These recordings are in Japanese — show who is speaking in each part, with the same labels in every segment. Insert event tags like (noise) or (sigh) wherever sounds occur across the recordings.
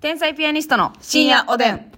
Speaker 1: 天才ピアニストの深夜おでん。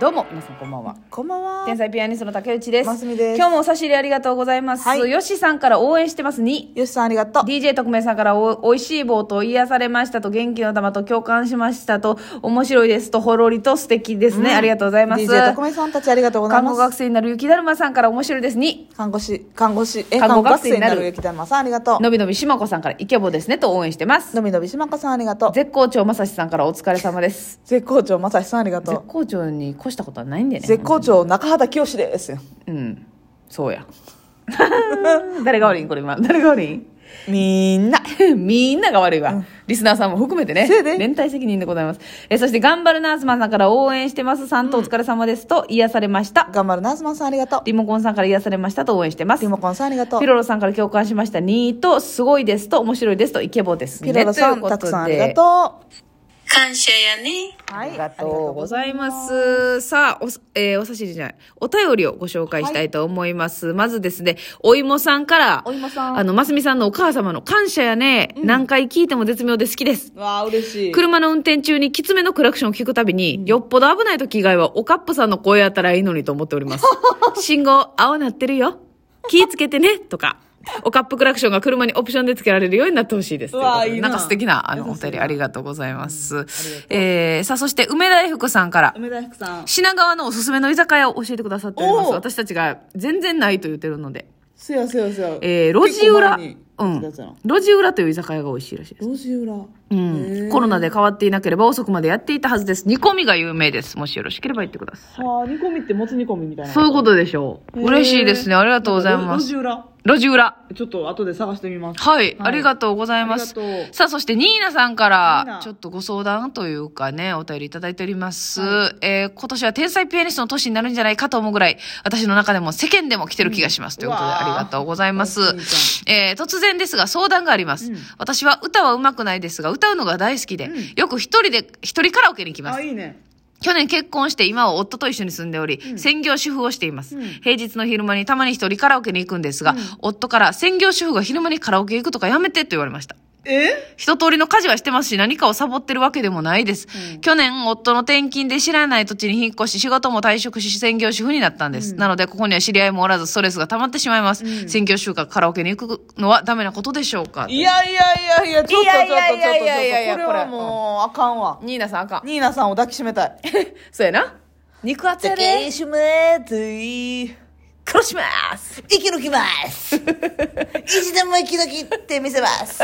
Speaker 1: どうも、皆さんこんばんは。
Speaker 2: こんばんは。
Speaker 1: 天才ピアニストの竹内です。
Speaker 2: ますみです
Speaker 1: 今日もお差し入れありがとうございます。
Speaker 2: はい
Speaker 1: よしさんから応援してますに。
Speaker 2: よしさんありがとう。
Speaker 1: DJ 特命さんからお、おいしい棒と癒されましたと、元気の玉と共感しましたと、面白いですと、ほろりと素敵ですね。ありがとうございます。
Speaker 2: DJ 特命さんたちありがとうござい
Speaker 1: 看護
Speaker 2: ま
Speaker 1: 学
Speaker 2: す。
Speaker 1: 生になる雪だるまさんから面白いですに。
Speaker 2: 看護師、看護師、え、
Speaker 1: 看
Speaker 2: 看
Speaker 1: 護
Speaker 2: 護
Speaker 1: 学
Speaker 2: 学
Speaker 1: 生
Speaker 2: 生
Speaker 1: に
Speaker 2: に
Speaker 1: な
Speaker 2: な
Speaker 1: る
Speaker 2: る雪玉さんありがと
Speaker 1: のびのびしまこさんからイケボですねと応援してま
Speaker 2: う。
Speaker 1: す。
Speaker 2: のびのびしまこさんありがとう。
Speaker 1: 絶好調まさしさんからお疲れ様です。
Speaker 2: 絶好調まさしさんありがと
Speaker 1: 絶
Speaker 2: う。
Speaker 1: 好調に越したことはないんでね。
Speaker 2: 絶好調中畑清ですよ。
Speaker 1: うん。そう
Speaker 2: (laughs)
Speaker 1: や。誰が悪いんこれ今。誰が悪いん
Speaker 2: みんな。
Speaker 1: (laughs) みんなが悪いわ、リスナーさんも含めてね
Speaker 2: せやで
Speaker 1: 連帯責任でございますえそして頑張るナースマンさんから応援してますさんとお疲れ様ですと癒されました、
Speaker 2: 頑張るナースマンさんありがとう。
Speaker 1: リモコンさんから癒されましたと応援してます
Speaker 2: リモコンさんありがとう
Speaker 1: ピ。ロロさんから共感しましたにーとすごいですと面白いですとイケボですね
Speaker 2: ピロロさ
Speaker 1: とい
Speaker 2: ん、
Speaker 1: うこと
Speaker 2: た
Speaker 1: で
Speaker 2: くさんありがと
Speaker 3: 感謝やね。
Speaker 2: う。は
Speaker 1: あ
Speaker 2: い。
Speaker 1: りがとうございます。さあ、おす、えーお差し入れじゃない。お便りをご紹介したいと思います。まずですね、お芋さんから、
Speaker 2: お芋さん
Speaker 1: あの、ますみさんのお母様の感謝やね、何回聞いても絶妙で好きです。
Speaker 2: わあ、嬉しい。
Speaker 1: 車の運転中にきつめのクラクションを聞くたびに、よっぽど危ない時以外はおかっぽさんの声やったらいいのにと思っております。
Speaker 2: (laughs)
Speaker 1: 信号、青なってるよ。気ぃつけてね、とか。おかっぷクラクションが車にオプションでつけられるようになってほしいです。
Speaker 2: う
Speaker 1: という
Speaker 2: わ
Speaker 1: ことで
Speaker 2: いい
Speaker 1: な
Speaker 2: なん
Speaker 1: か素敵な、あの、お便りありがとうございます。えー、さあ、そして、梅大福さんから、
Speaker 2: 梅田福さん。
Speaker 1: 品川のおすすめの居酒屋を教えてくださっております。
Speaker 2: おー
Speaker 1: 私たちが全然ないと言ってるので。
Speaker 2: すやすやすや。
Speaker 1: えー、路地裏、
Speaker 2: 結
Speaker 1: う
Speaker 2: 構
Speaker 1: ん
Speaker 2: 前にやつやな。
Speaker 1: 路地裏という居酒屋が美味しいらしいです。
Speaker 2: 路地裏。
Speaker 1: うん、コロナで変わっていなければ遅くまでやっていたはずです。煮込みが有名です。もしよろしければ言ってください。
Speaker 2: はあ、煮込みってもつ煮込みみたいな。
Speaker 1: そういうことでしょう。
Speaker 2: へー
Speaker 1: 嬉しいですね。ありがとうございま
Speaker 2: 路
Speaker 1: す。
Speaker 2: 地裏。
Speaker 1: 路地裏。
Speaker 2: ちょっと後で探してみます。
Speaker 1: はい、ありがとうございます
Speaker 2: ありがと。う
Speaker 1: さあ、そしてニーナさんか
Speaker 2: ニー
Speaker 1: ら
Speaker 2: ナ、
Speaker 1: ちょっとご相談というかね、お便りいただいております。えー今年は天才ピアニストの年になるんじゃないかと思うぐらい、私の中でも世間でも来てる気がします。ということで、
Speaker 2: うわ
Speaker 1: あ
Speaker 2: ー
Speaker 1: りがとうございます
Speaker 2: お兄。
Speaker 1: えー突然ですが、相談があります。私は歌は上手くないですが、歌うのが大好きで、よく一人で、一人カラオケに行きます
Speaker 2: あ、。いいね。
Speaker 1: 去年結婚して今は夫と一緒に住んでおり、専業主婦をしています、平日の昼間にたまに一人カラオケに行くんですが、夫から専業主婦が昼間にカラオケ行くとかやめてと言われました。
Speaker 2: え
Speaker 1: 一通りの家事はしてますし、何かをサボってるわけでもないです。去年、夫の転勤で知らない土地に引っ越し、仕事も退職し、専業主婦になったんです。なので、ここには知り合いもおらず、ストレスが溜まってしまいます。専業主婦がカラオケに行くのはダメなことでしょうか
Speaker 2: いやいやいやいや、ちょっと
Speaker 1: い
Speaker 2: ちょっ
Speaker 1: や
Speaker 2: と
Speaker 1: い
Speaker 2: ちょ
Speaker 1: や
Speaker 2: っと
Speaker 1: い
Speaker 2: ちょ
Speaker 1: やい
Speaker 2: っ
Speaker 1: やいやいや
Speaker 2: と。これはもう、あかんわ。
Speaker 1: ニーナさんあかん。
Speaker 2: ニーナさんを抱きしめたい。
Speaker 1: そうやな。肉厚やで。
Speaker 2: しめてい。
Speaker 1: 殺します
Speaker 2: 生き抜きます。いつでも生き抜きって見せます。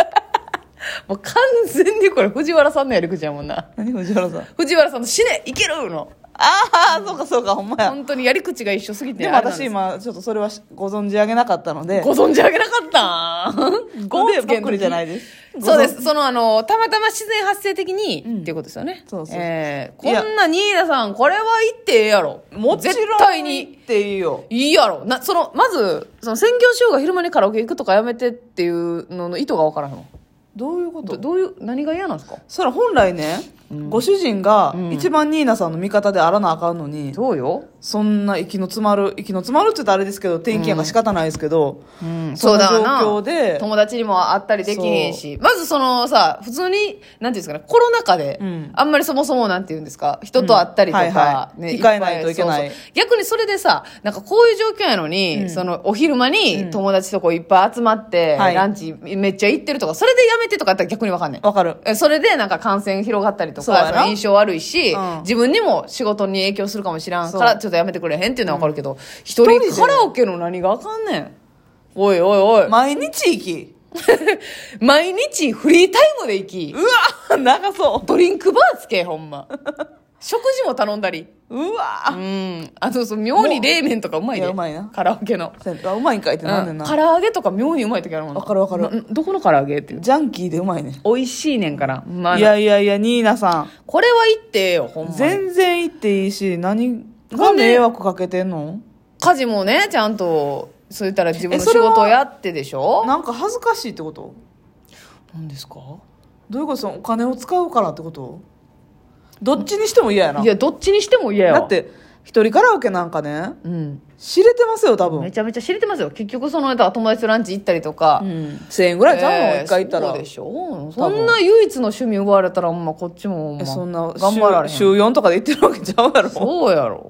Speaker 1: もう完全にこれ藤原さんのやり口やもんな。
Speaker 2: 何藤原さん。あ
Speaker 1: 藤原さんの死ねいけるの。
Speaker 2: あ、そうかそうか、ほんまや。
Speaker 1: 本当にやり口が一緒すぎて。
Speaker 2: でも
Speaker 1: あれなん
Speaker 2: 私
Speaker 1: です
Speaker 2: 今、ちょっとそれはご存知あげなかったので。
Speaker 1: ご存じ上げな
Speaker 2: (laughs)
Speaker 1: かったんゴーつけ
Speaker 2: で
Speaker 1: ん。
Speaker 2: ばっくりじゃないいです。。
Speaker 1: そうですす。そのあの、たまたま自然発生的に、っていうことですよね。
Speaker 2: そうそうそう
Speaker 1: えー
Speaker 2: いや
Speaker 1: こんなニーナさん、これは言ってええやろ。
Speaker 2: もちろん。
Speaker 1: 絶対に。。
Speaker 2: っていいよ。
Speaker 1: いいやろ。な、その、まず、その、専業主婦が昼間にカラオケ行くとかやめてっていうのの意図がわからへんわ
Speaker 2: どういうこ
Speaker 1: ど
Speaker 2: と
Speaker 1: どういう、何が嫌なんですか
Speaker 2: そら本来ね、ご主人が一番ニーナさんの味方であらなあかんのに、
Speaker 1: そうよ。
Speaker 2: そんな息の詰まる、息の詰まるって言ったらあれですけど、天気やが仕方ないですけど、
Speaker 1: そ
Speaker 2: そうの
Speaker 1: だ
Speaker 2: 状
Speaker 1: な
Speaker 2: 況で、
Speaker 1: 友達にも会ったりできへんしまずそのさ普通になんていうんですかねコロナ禍で、
Speaker 2: ん
Speaker 1: あんまりそもそもなんていうんですか人と会ったりとか、
Speaker 2: うんはいはい
Speaker 1: ね
Speaker 2: 控えないといけない
Speaker 1: っぱそうそう逆にそれでさなんかこういう状況やのに、そのお昼間に友達とこういっぱい集まって、
Speaker 2: はい
Speaker 1: ランチめっちゃ行ってるとかそれでやめてとかやったら逆にわかんない
Speaker 2: わかる。
Speaker 1: えそれでなんか感染広がったりと
Speaker 2: そうや
Speaker 1: か
Speaker 2: な
Speaker 1: その印象悪いし、
Speaker 2: うん
Speaker 1: 自分にも仕事に影響するかもしらん
Speaker 2: そ
Speaker 1: か
Speaker 2: う
Speaker 1: らちょっとやめてくれへんっていうのはわかるけど、一人
Speaker 2: 一人で
Speaker 1: カラオケの何があかんねんおいおいおい、
Speaker 2: 毎日息。
Speaker 1: (laughs) 毎日フリータイムで行き
Speaker 2: う、わ (laughs) 長そ
Speaker 1: ドリンクバーつけ、ほんま。食事も頼んだり。
Speaker 2: う。う
Speaker 1: う
Speaker 2: わ
Speaker 1: ん。あと、そう、妙に冷麺とかうまい
Speaker 2: い
Speaker 1: で。
Speaker 2: やうまいな
Speaker 1: カラオケの。
Speaker 2: あうまいんかいってなんね
Speaker 1: うんん
Speaker 2: な。
Speaker 1: 唐揚げとか妙にうまい時あるもんな
Speaker 2: わかるわかる
Speaker 1: などこの唐揚げっていう。
Speaker 2: ジャンキーでうまいね。
Speaker 1: 美味しいねんから。まあ、
Speaker 2: いやいやいや、ニーナさ
Speaker 1: これは言ってええよ、ほん
Speaker 2: ん。
Speaker 1: まに。
Speaker 2: 全然行っていいし、何
Speaker 1: ほ
Speaker 2: が
Speaker 1: んで
Speaker 2: 迷惑かけてんの
Speaker 1: 家事もね、ちゃんと、そう言ったら自分の
Speaker 2: え
Speaker 1: 仕
Speaker 2: それは
Speaker 1: 事をやってでしょ
Speaker 2: なんか恥ずかしいってこと
Speaker 1: なんですか
Speaker 2: どういうことそのお金を使うからってことどっちにしても嫌やな。
Speaker 1: いや、どっちにしても嫌やわ
Speaker 2: だっ、て一人カラオケなんかね、
Speaker 1: うん。
Speaker 2: 知れてますよ、多
Speaker 1: め
Speaker 2: 分。
Speaker 1: ちゃめちゃ知れてますよ。結局その間友達とランチ行ったりとか。
Speaker 2: うん。1000円ぐらいじゃん、
Speaker 1: えー
Speaker 2: 一回行ったら。
Speaker 1: そうでしょそんな唯一の趣味奪われたら、ほんまこっちもほんま
Speaker 2: えそんな、
Speaker 1: 頑張られへん。
Speaker 2: 週4とかで行ってるわけちゃうやろ。
Speaker 1: そうやろ。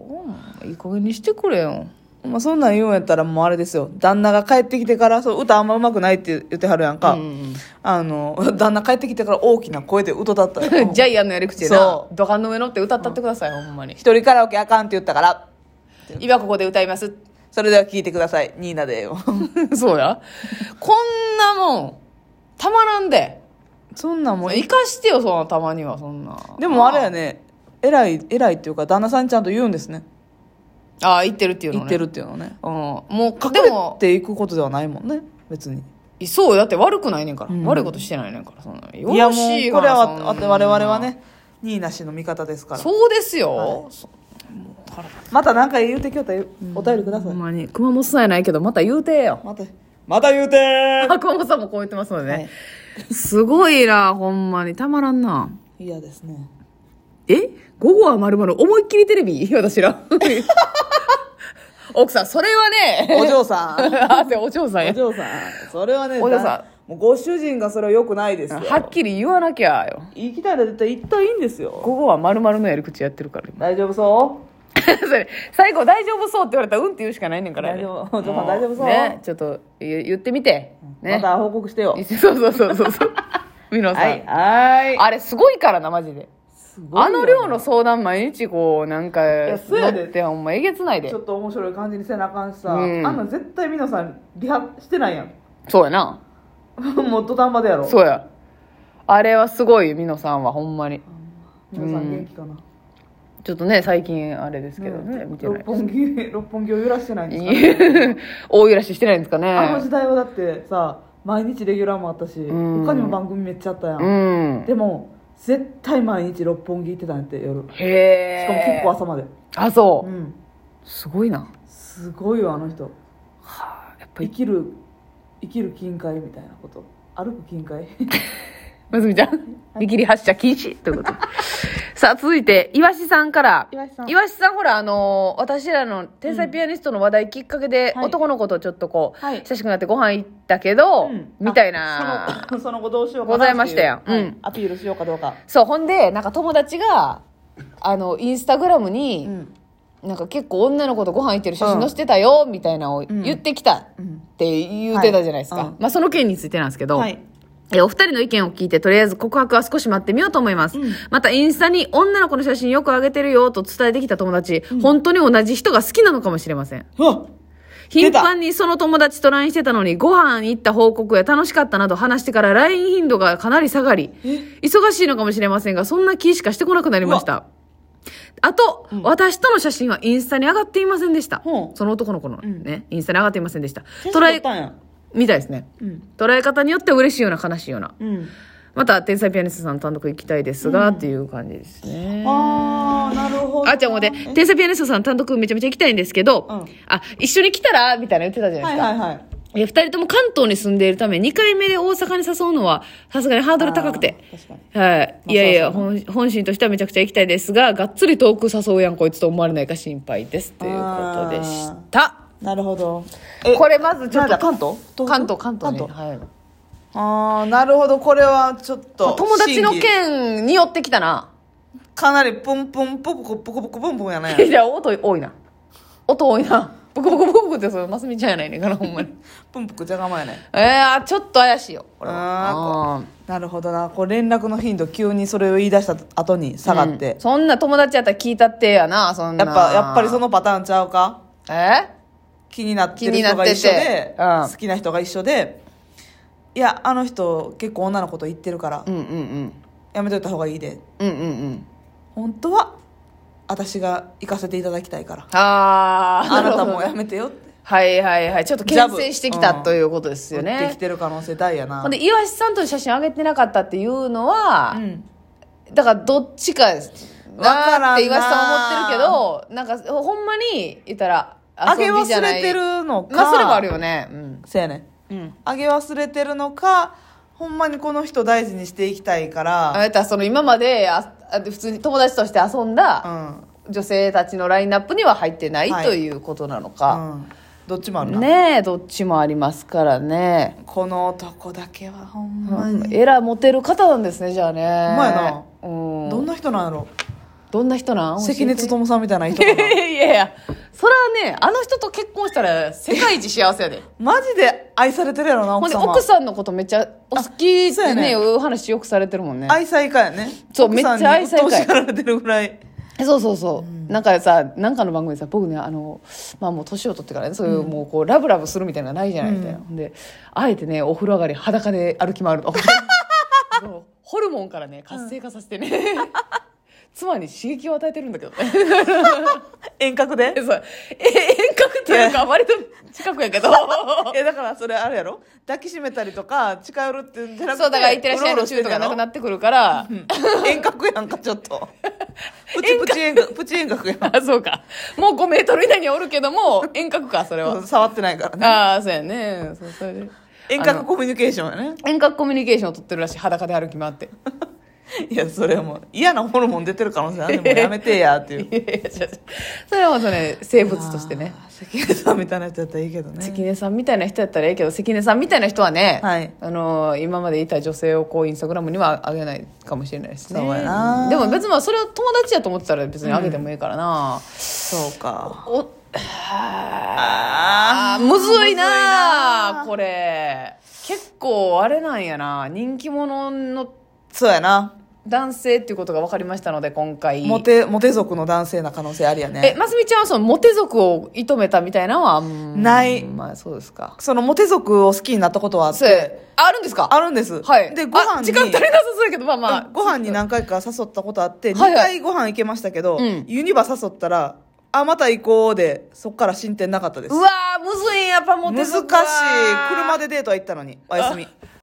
Speaker 1: いい加減にしてくれよ。
Speaker 2: まあ、そんなん言うんやったらもうあれですよ旦那が帰ってきてからそう歌あんま上手くないって言ってはるやんか、
Speaker 1: うん
Speaker 2: あの (laughs) 旦那帰ってきてから大きな声で歌った (laughs) った
Speaker 1: (laughs)
Speaker 2: よ
Speaker 1: ジャイアンのやり口でな
Speaker 2: そ、
Speaker 1: 土管の上乗って歌ったってください、ほんまに。
Speaker 2: 一人カラオケあかんって言ったから
Speaker 1: 今ここで歌います。
Speaker 2: それでは聞いてくださいニーナでよ
Speaker 1: (laughs) そうや。 (laughs) こんなもん、たまらんで。
Speaker 2: (laughs) そんなんもう
Speaker 1: 生かしてよ、そんなたまには、そんな。
Speaker 2: でもあれやね偉い偉いっていうか旦那さんにちゃんと言うんですね
Speaker 1: ああ、行ってるっていうの
Speaker 2: 言
Speaker 1: ね。
Speaker 2: ってるっていうのね
Speaker 1: うん。もう、
Speaker 2: で
Speaker 1: で
Speaker 2: もっ
Speaker 1: も、
Speaker 2: ていくことではないもんね別に
Speaker 1: そうよだって悪くないねんから。
Speaker 2: うん
Speaker 1: 悪いことしてないねんから、そんな。よ
Speaker 2: いや
Speaker 1: ろ
Speaker 2: もう
Speaker 1: し
Speaker 2: こ
Speaker 1: い
Speaker 2: れ
Speaker 1: わそんな
Speaker 2: はあと我々はねニーナ氏の味方ですから
Speaker 1: そうですよ。
Speaker 2: は
Speaker 1: そもう腹立
Speaker 2: また何か言うてきよったらお便りくだ
Speaker 1: つ
Speaker 2: さい、
Speaker 1: ほんまに、熊本さんやないけど、また言うてよ。
Speaker 2: またまた言うてー
Speaker 1: あ、熊本さんもこう言ってますのでね。
Speaker 2: はい
Speaker 1: すごいな、ほんまに。たまらんな。
Speaker 2: 嫌ですね
Speaker 1: え午後はまるまる思いっきりテレビ私
Speaker 2: (laughs)
Speaker 1: ら。奥さん、それはね、
Speaker 2: お嬢さ
Speaker 1: (laughs)
Speaker 2: ん
Speaker 1: あ、そうお嬢さん
Speaker 2: お
Speaker 1: や。
Speaker 2: 嬢さんそれはね
Speaker 1: お嬢さ
Speaker 2: んもうご主人がそれはよくないですよ
Speaker 1: はっきり言わなきゃよ。
Speaker 2: 行きたいら絶対行ったらいいんですよ
Speaker 1: 午後はまるまるのやり口やってるから、今 (laughs)
Speaker 2: 大丈夫そう
Speaker 1: それ、最後、大丈夫そうって言われたら、うんって言うしかないねんから、ね。
Speaker 2: 大丈夫お嬢さん
Speaker 1: も
Speaker 2: 大丈夫そう
Speaker 1: ね、ちょっと、ゆ言ってみて。ね。
Speaker 2: また報告してよ
Speaker 1: そうそうそうそうそう。 (laughs) みのさん。
Speaker 2: はいはい
Speaker 1: あれ、すごいからな、マジで。
Speaker 2: ごいよ
Speaker 1: あの量の相談毎日こう、なんか、
Speaker 2: やそうやで
Speaker 1: 乗って、ほんまえげつないで
Speaker 2: ちょ。っと面白い感じにせなあかんしさ、
Speaker 1: うん
Speaker 2: あんなん絶対皆さんリハしてないやん (laughs)
Speaker 1: そうやな。
Speaker 2: もっと丹波でやろ
Speaker 1: そうや。あれはすごい、みのさんは、ほんまに。
Speaker 2: 皆さん元気かな、
Speaker 1: ちょっとね、最近あれですけどね、
Speaker 2: うん
Speaker 1: 見てな
Speaker 2: 六
Speaker 1: い。
Speaker 2: 本木 (laughs) 六本木を揺らしてないんですかね、
Speaker 1: (laughs) 大揺らししてないんですか
Speaker 2: あの時
Speaker 1: ね。
Speaker 2: 代はだってさ毎日レギュラーもあったし、
Speaker 1: ん
Speaker 2: 他にも番組めっちゃあったやん、
Speaker 1: うん。
Speaker 2: でも絶対毎日六本木行ってたんやって夜しかも
Speaker 1: へえ。
Speaker 2: 結構朝まで、
Speaker 1: あ、そうう。
Speaker 2: ん
Speaker 1: すごいな。
Speaker 2: すごいよあの人
Speaker 1: やっぱ
Speaker 2: 生
Speaker 1: り、
Speaker 2: きる生きる金塊みたいなこと歩く
Speaker 1: (laughs)
Speaker 2: 金塊
Speaker 1: まずみちゃん、見切り発車禁止ということ
Speaker 2: (laughs)
Speaker 1: で。さあ、続いて、いわしさんから。
Speaker 2: 岩井さん
Speaker 1: いわしさん、ほら、あのー私らの天才ピアニストの話題きっかけで、
Speaker 2: はい
Speaker 1: 男の子とちょっとこう、
Speaker 2: はい
Speaker 1: 親しくなってご飯行ったけど、
Speaker 2: うん
Speaker 1: みたいな
Speaker 2: あ。そのそ (laughs) の後どうしようかな
Speaker 1: ございましたよ
Speaker 2: っていう
Speaker 1: うん
Speaker 2: はいアピールしようかどうか
Speaker 1: そう、ほんで、なんか友達が、あの、インスタグラムに、
Speaker 2: うん
Speaker 1: なんか結構女の子とご飯行ってる写真載せてたよ、みたいなのを
Speaker 2: ん
Speaker 1: 言ってきたって言うてたじゃないですか。
Speaker 2: はいうん
Speaker 1: まあその件についてなんですけど、
Speaker 2: はい
Speaker 1: えお二人の意見を聞いて、とりあえず告白は少し待ってみようと思います。
Speaker 2: うん
Speaker 1: またインスタに女の子の写真よく上げてるよと伝えてきた友達、本当に同じ人が好きなのかもしれません。
Speaker 2: うわ
Speaker 1: 頻繁にその友達と LINE してたのに、ご飯行った報告や楽しかったなど話してから LINE 頻度がかなり下がり、忙しいのかもしれませんが、そんな気しかしてこなくなりました。あと、私との写真はインスタに上がっていませんでした。
Speaker 2: ほう
Speaker 1: その男の子のね、インスタに上がっていませんでした。捉
Speaker 2: 捉
Speaker 1: え
Speaker 2: え、たんや
Speaker 1: みたいですね。
Speaker 2: うん
Speaker 1: 捉え方によっては嬉しいような悲しいような。
Speaker 2: うん
Speaker 1: また、天才ピアニストさんの単独行きたいですが、っていう感じですね。
Speaker 2: ああなるほど
Speaker 1: あ、じゃあもうね、
Speaker 2: え
Speaker 1: 天才ピアニストさん単独めちゃめちゃ行きたいんですけど、
Speaker 2: うん
Speaker 1: あ、一緒に来たらみたいな言ってたじゃない
Speaker 2: は
Speaker 1: で
Speaker 2: い
Speaker 1: すか。
Speaker 2: はいはい
Speaker 1: え二人とも関東に住んでいるため、二回目で大阪に誘うのは、さすがにハードル高くて。
Speaker 2: あー確かに
Speaker 1: はい。いやいや、
Speaker 2: ま
Speaker 1: 本本心としてはめちゃくちゃ行きたいですが、がっつり遠く誘うやん、こいつと思われないか心配です。ということでした。
Speaker 2: なるほど
Speaker 1: これまずちょっと、
Speaker 2: 関東
Speaker 1: 関東、関東ね。
Speaker 2: 関東
Speaker 1: はい
Speaker 2: ああなるほどこれはちょっと
Speaker 1: 友達の
Speaker 2: 真偽
Speaker 1: 件によってきたな。
Speaker 2: かなりプンプンポコポコポコポコプンプンやね
Speaker 1: じゃあ、音 (laughs) 多いな。音多いな。ブクブクブクブクって、それ、ますみちゃんやないねん
Speaker 2: (laughs)
Speaker 1: から、ほんまに。
Speaker 2: プンプクじゃがまやね
Speaker 1: えー、ちょっと怪しいよ、これ
Speaker 2: あ
Speaker 1: は。うん
Speaker 2: なるほどなこう連絡の頻度急にそれを言い出した後に下がって、
Speaker 1: そんな友達やったら聞いたってやな、そんな。
Speaker 2: やっぱやっぱりそ、のパターンちゃうか
Speaker 1: え
Speaker 2: 気になってる人が一緒
Speaker 1: 気
Speaker 2: で
Speaker 1: になっててうん
Speaker 2: 好きな人が一緒でいやあの人結構女の子と言ってるから、
Speaker 1: うんうんうん。
Speaker 2: やめといた方がいいで
Speaker 1: うんうんうん。
Speaker 2: 本当は私が行かせていただきたい
Speaker 1: (laughs)
Speaker 2: から
Speaker 1: あー。
Speaker 2: あなたも
Speaker 1: るほ
Speaker 2: や
Speaker 1: ど
Speaker 2: めてよって
Speaker 1: はいはいはい。ちょっと牽制してき
Speaker 2: ジャ
Speaker 1: た
Speaker 2: ブうん
Speaker 1: ということですよ
Speaker 2: 言ってき
Speaker 1: ね。
Speaker 2: てる可能性大やな
Speaker 1: ほんで、岩橋さんとの写真上げてなかったっていうのは
Speaker 2: う、ん
Speaker 1: だからどっちかです。
Speaker 2: わからんな
Speaker 1: なーって岩橋さん思ってるけど、なんかほんまに言ったら、
Speaker 2: あげ
Speaker 1: 遊びじゃ
Speaker 2: 忘
Speaker 1: ない
Speaker 2: れてるのか、
Speaker 1: まあそれもあるよね。うん。
Speaker 2: せやね
Speaker 1: うん。
Speaker 2: あげ忘れてるのかほんまにこの人大事にしていきたいか
Speaker 1: あ
Speaker 2: ら
Speaker 1: なたその今までああ普通に友達として遊んだ
Speaker 2: うん
Speaker 1: 女性たちのラインナップには入ってない、
Speaker 2: はい
Speaker 1: ということなの
Speaker 2: う
Speaker 1: か、
Speaker 2: ん、どっちもあるな、
Speaker 1: ねえどっちもありますからね、
Speaker 2: この男だけはほんまに、
Speaker 1: うん、えらいモテる方なんですねじゃあね
Speaker 2: まやな
Speaker 1: うん、
Speaker 2: どんな人なんやろ
Speaker 1: どんな人なん
Speaker 2: 関根
Speaker 1: と
Speaker 2: 勤さんみたいな人
Speaker 1: いや
Speaker 2: か
Speaker 1: い
Speaker 2: な
Speaker 1: (laughs) やいやいやそれはねあの人と結婚したら世界一幸せやで
Speaker 2: マジで愛されてるやろな
Speaker 1: ほん
Speaker 2: 奥
Speaker 1: で
Speaker 2: 様
Speaker 1: 奥さんのことめっちゃお好きっ
Speaker 2: そう
Speaker 1: て
Speaker 2: や
Speaker 1: ね
Speaker 2: ね
Speaker 1: お話よくされてるもんね
Speaker 2: 愛妻家やね
Speaker 1: そう
Speaker 2: 奥さんに
Speaker 1: めっちゃ愛妻家
Speaker 2: 鬱陶しがられてるぐらい
Speaker 1: そうそうそう、なんかさなんかの番組でさ僕ねあのまあもう年を取ってからねそういうもうこうラブラブするみたいなのがないじゃないみたいな、ほんであえてねお風呂上がり裸で歩き (laughs) 回るともうホルモンからね活性化させてね、 (laughs) 妻に刺激を与えてるんだけどね (laughs)
Speaker 2: 遠隔で
Speaker 1: そうえ遠隔というか割と近くやけ (laughs) ど
Speaker 2: (laughs) えだからそれあるやろ抱きしめたりとか近寄るっていうんじゃなくて
Speaker 1: そうだから行ってらっしゃいの中とかなくなってくるから、
Speaker 2: うん遠隔やんかちょ
Speaker 1: (laughs)
Speaker 2: っとプチプチ遠隔プチ遠隔やん
Speaker 1: あそうかもう5メートル以内におるけども遠隔かそれ
Speaker 2: (laughs)
Speaker 1: は、
Speaker 2: 触ってないからね
Speaker 1: ああそうやねそうそれで
Speaker 2: 遠
Speaker 1: あ
Speaker 2: 隔
Speaker 1: の
Speaker 2: コミュニケーションやね
Speaker 1: 遠隔コミュニケーションを取ってるらしい裸で歩き回って
Speaker 2: いやそれはもう嫌なホルモン出てる可能性あ
Speaker 1: (laughs)
Speaker 2: るねもうやめてやってい
Speaker 1: い
Speaker 2: う
Speaker 1: やいや違う違うそれはもうそれ生物としてね
Speaker 2: あー関根さんみたいな人やったらいいけど
Speaker 1: 関
Speaker 2: ね
Speaker 1: 根さんみたいな人やったらええけど関根さんみたいな人はね、
Speaker 2: はい
Speaker 1: あのー今までいた女性をこうインスタグラムにはあげないかもしれないですね
Speaker 2: そうやな
Speaker 1: うんでも別にまあそれを友達やと思ってたら別にあげてもいいからな、
Speaker 2: そうか
Speaker 1: おあー
Speaker 2: あ
Speaker 1: むずいなこれ結構あれなんやな人気者の
Speaker 2: そうやな
Speaker 1: 男性っていうことが分かりましたので今回
Speaker 2: モテモテ族の男性な可能性ありや
Speaker 1: え
Speaker 2: ね
Speaker 1: ますみちゃんはそのモテ族を射止めたみたいなのはあん
Speaker 2: ない
Speaker 1: まあそうですか
Speaker 2: そのモテ族を好きになったことはあっ
Speaker 1: そう
Speaker 2: て
Speaker 1: あるんですか
Speaker 2: あるんです
Speaker 1: はい
Speaker 2: でご飯
Speaker 1: あ
Speaker 2: に
Speaker 1: 時間足りなさそうやけどまあまあ
Speaker 2: ご飯に何回か誘ったことあって、
Speaker 1: はいはい
Speaker 2: 2回ご飯行けましたけど、
Speaker 1: うん
Speaker 2: ユニバ誘ったら、あ、また行こうで、そっから進展なかったです
Speaker 1: う。わーむずいやっぱモテ
Speaker 2: 難しい。
Speaker 1: 族は
Speaker 2: 車でデートは行ったのに、お休み。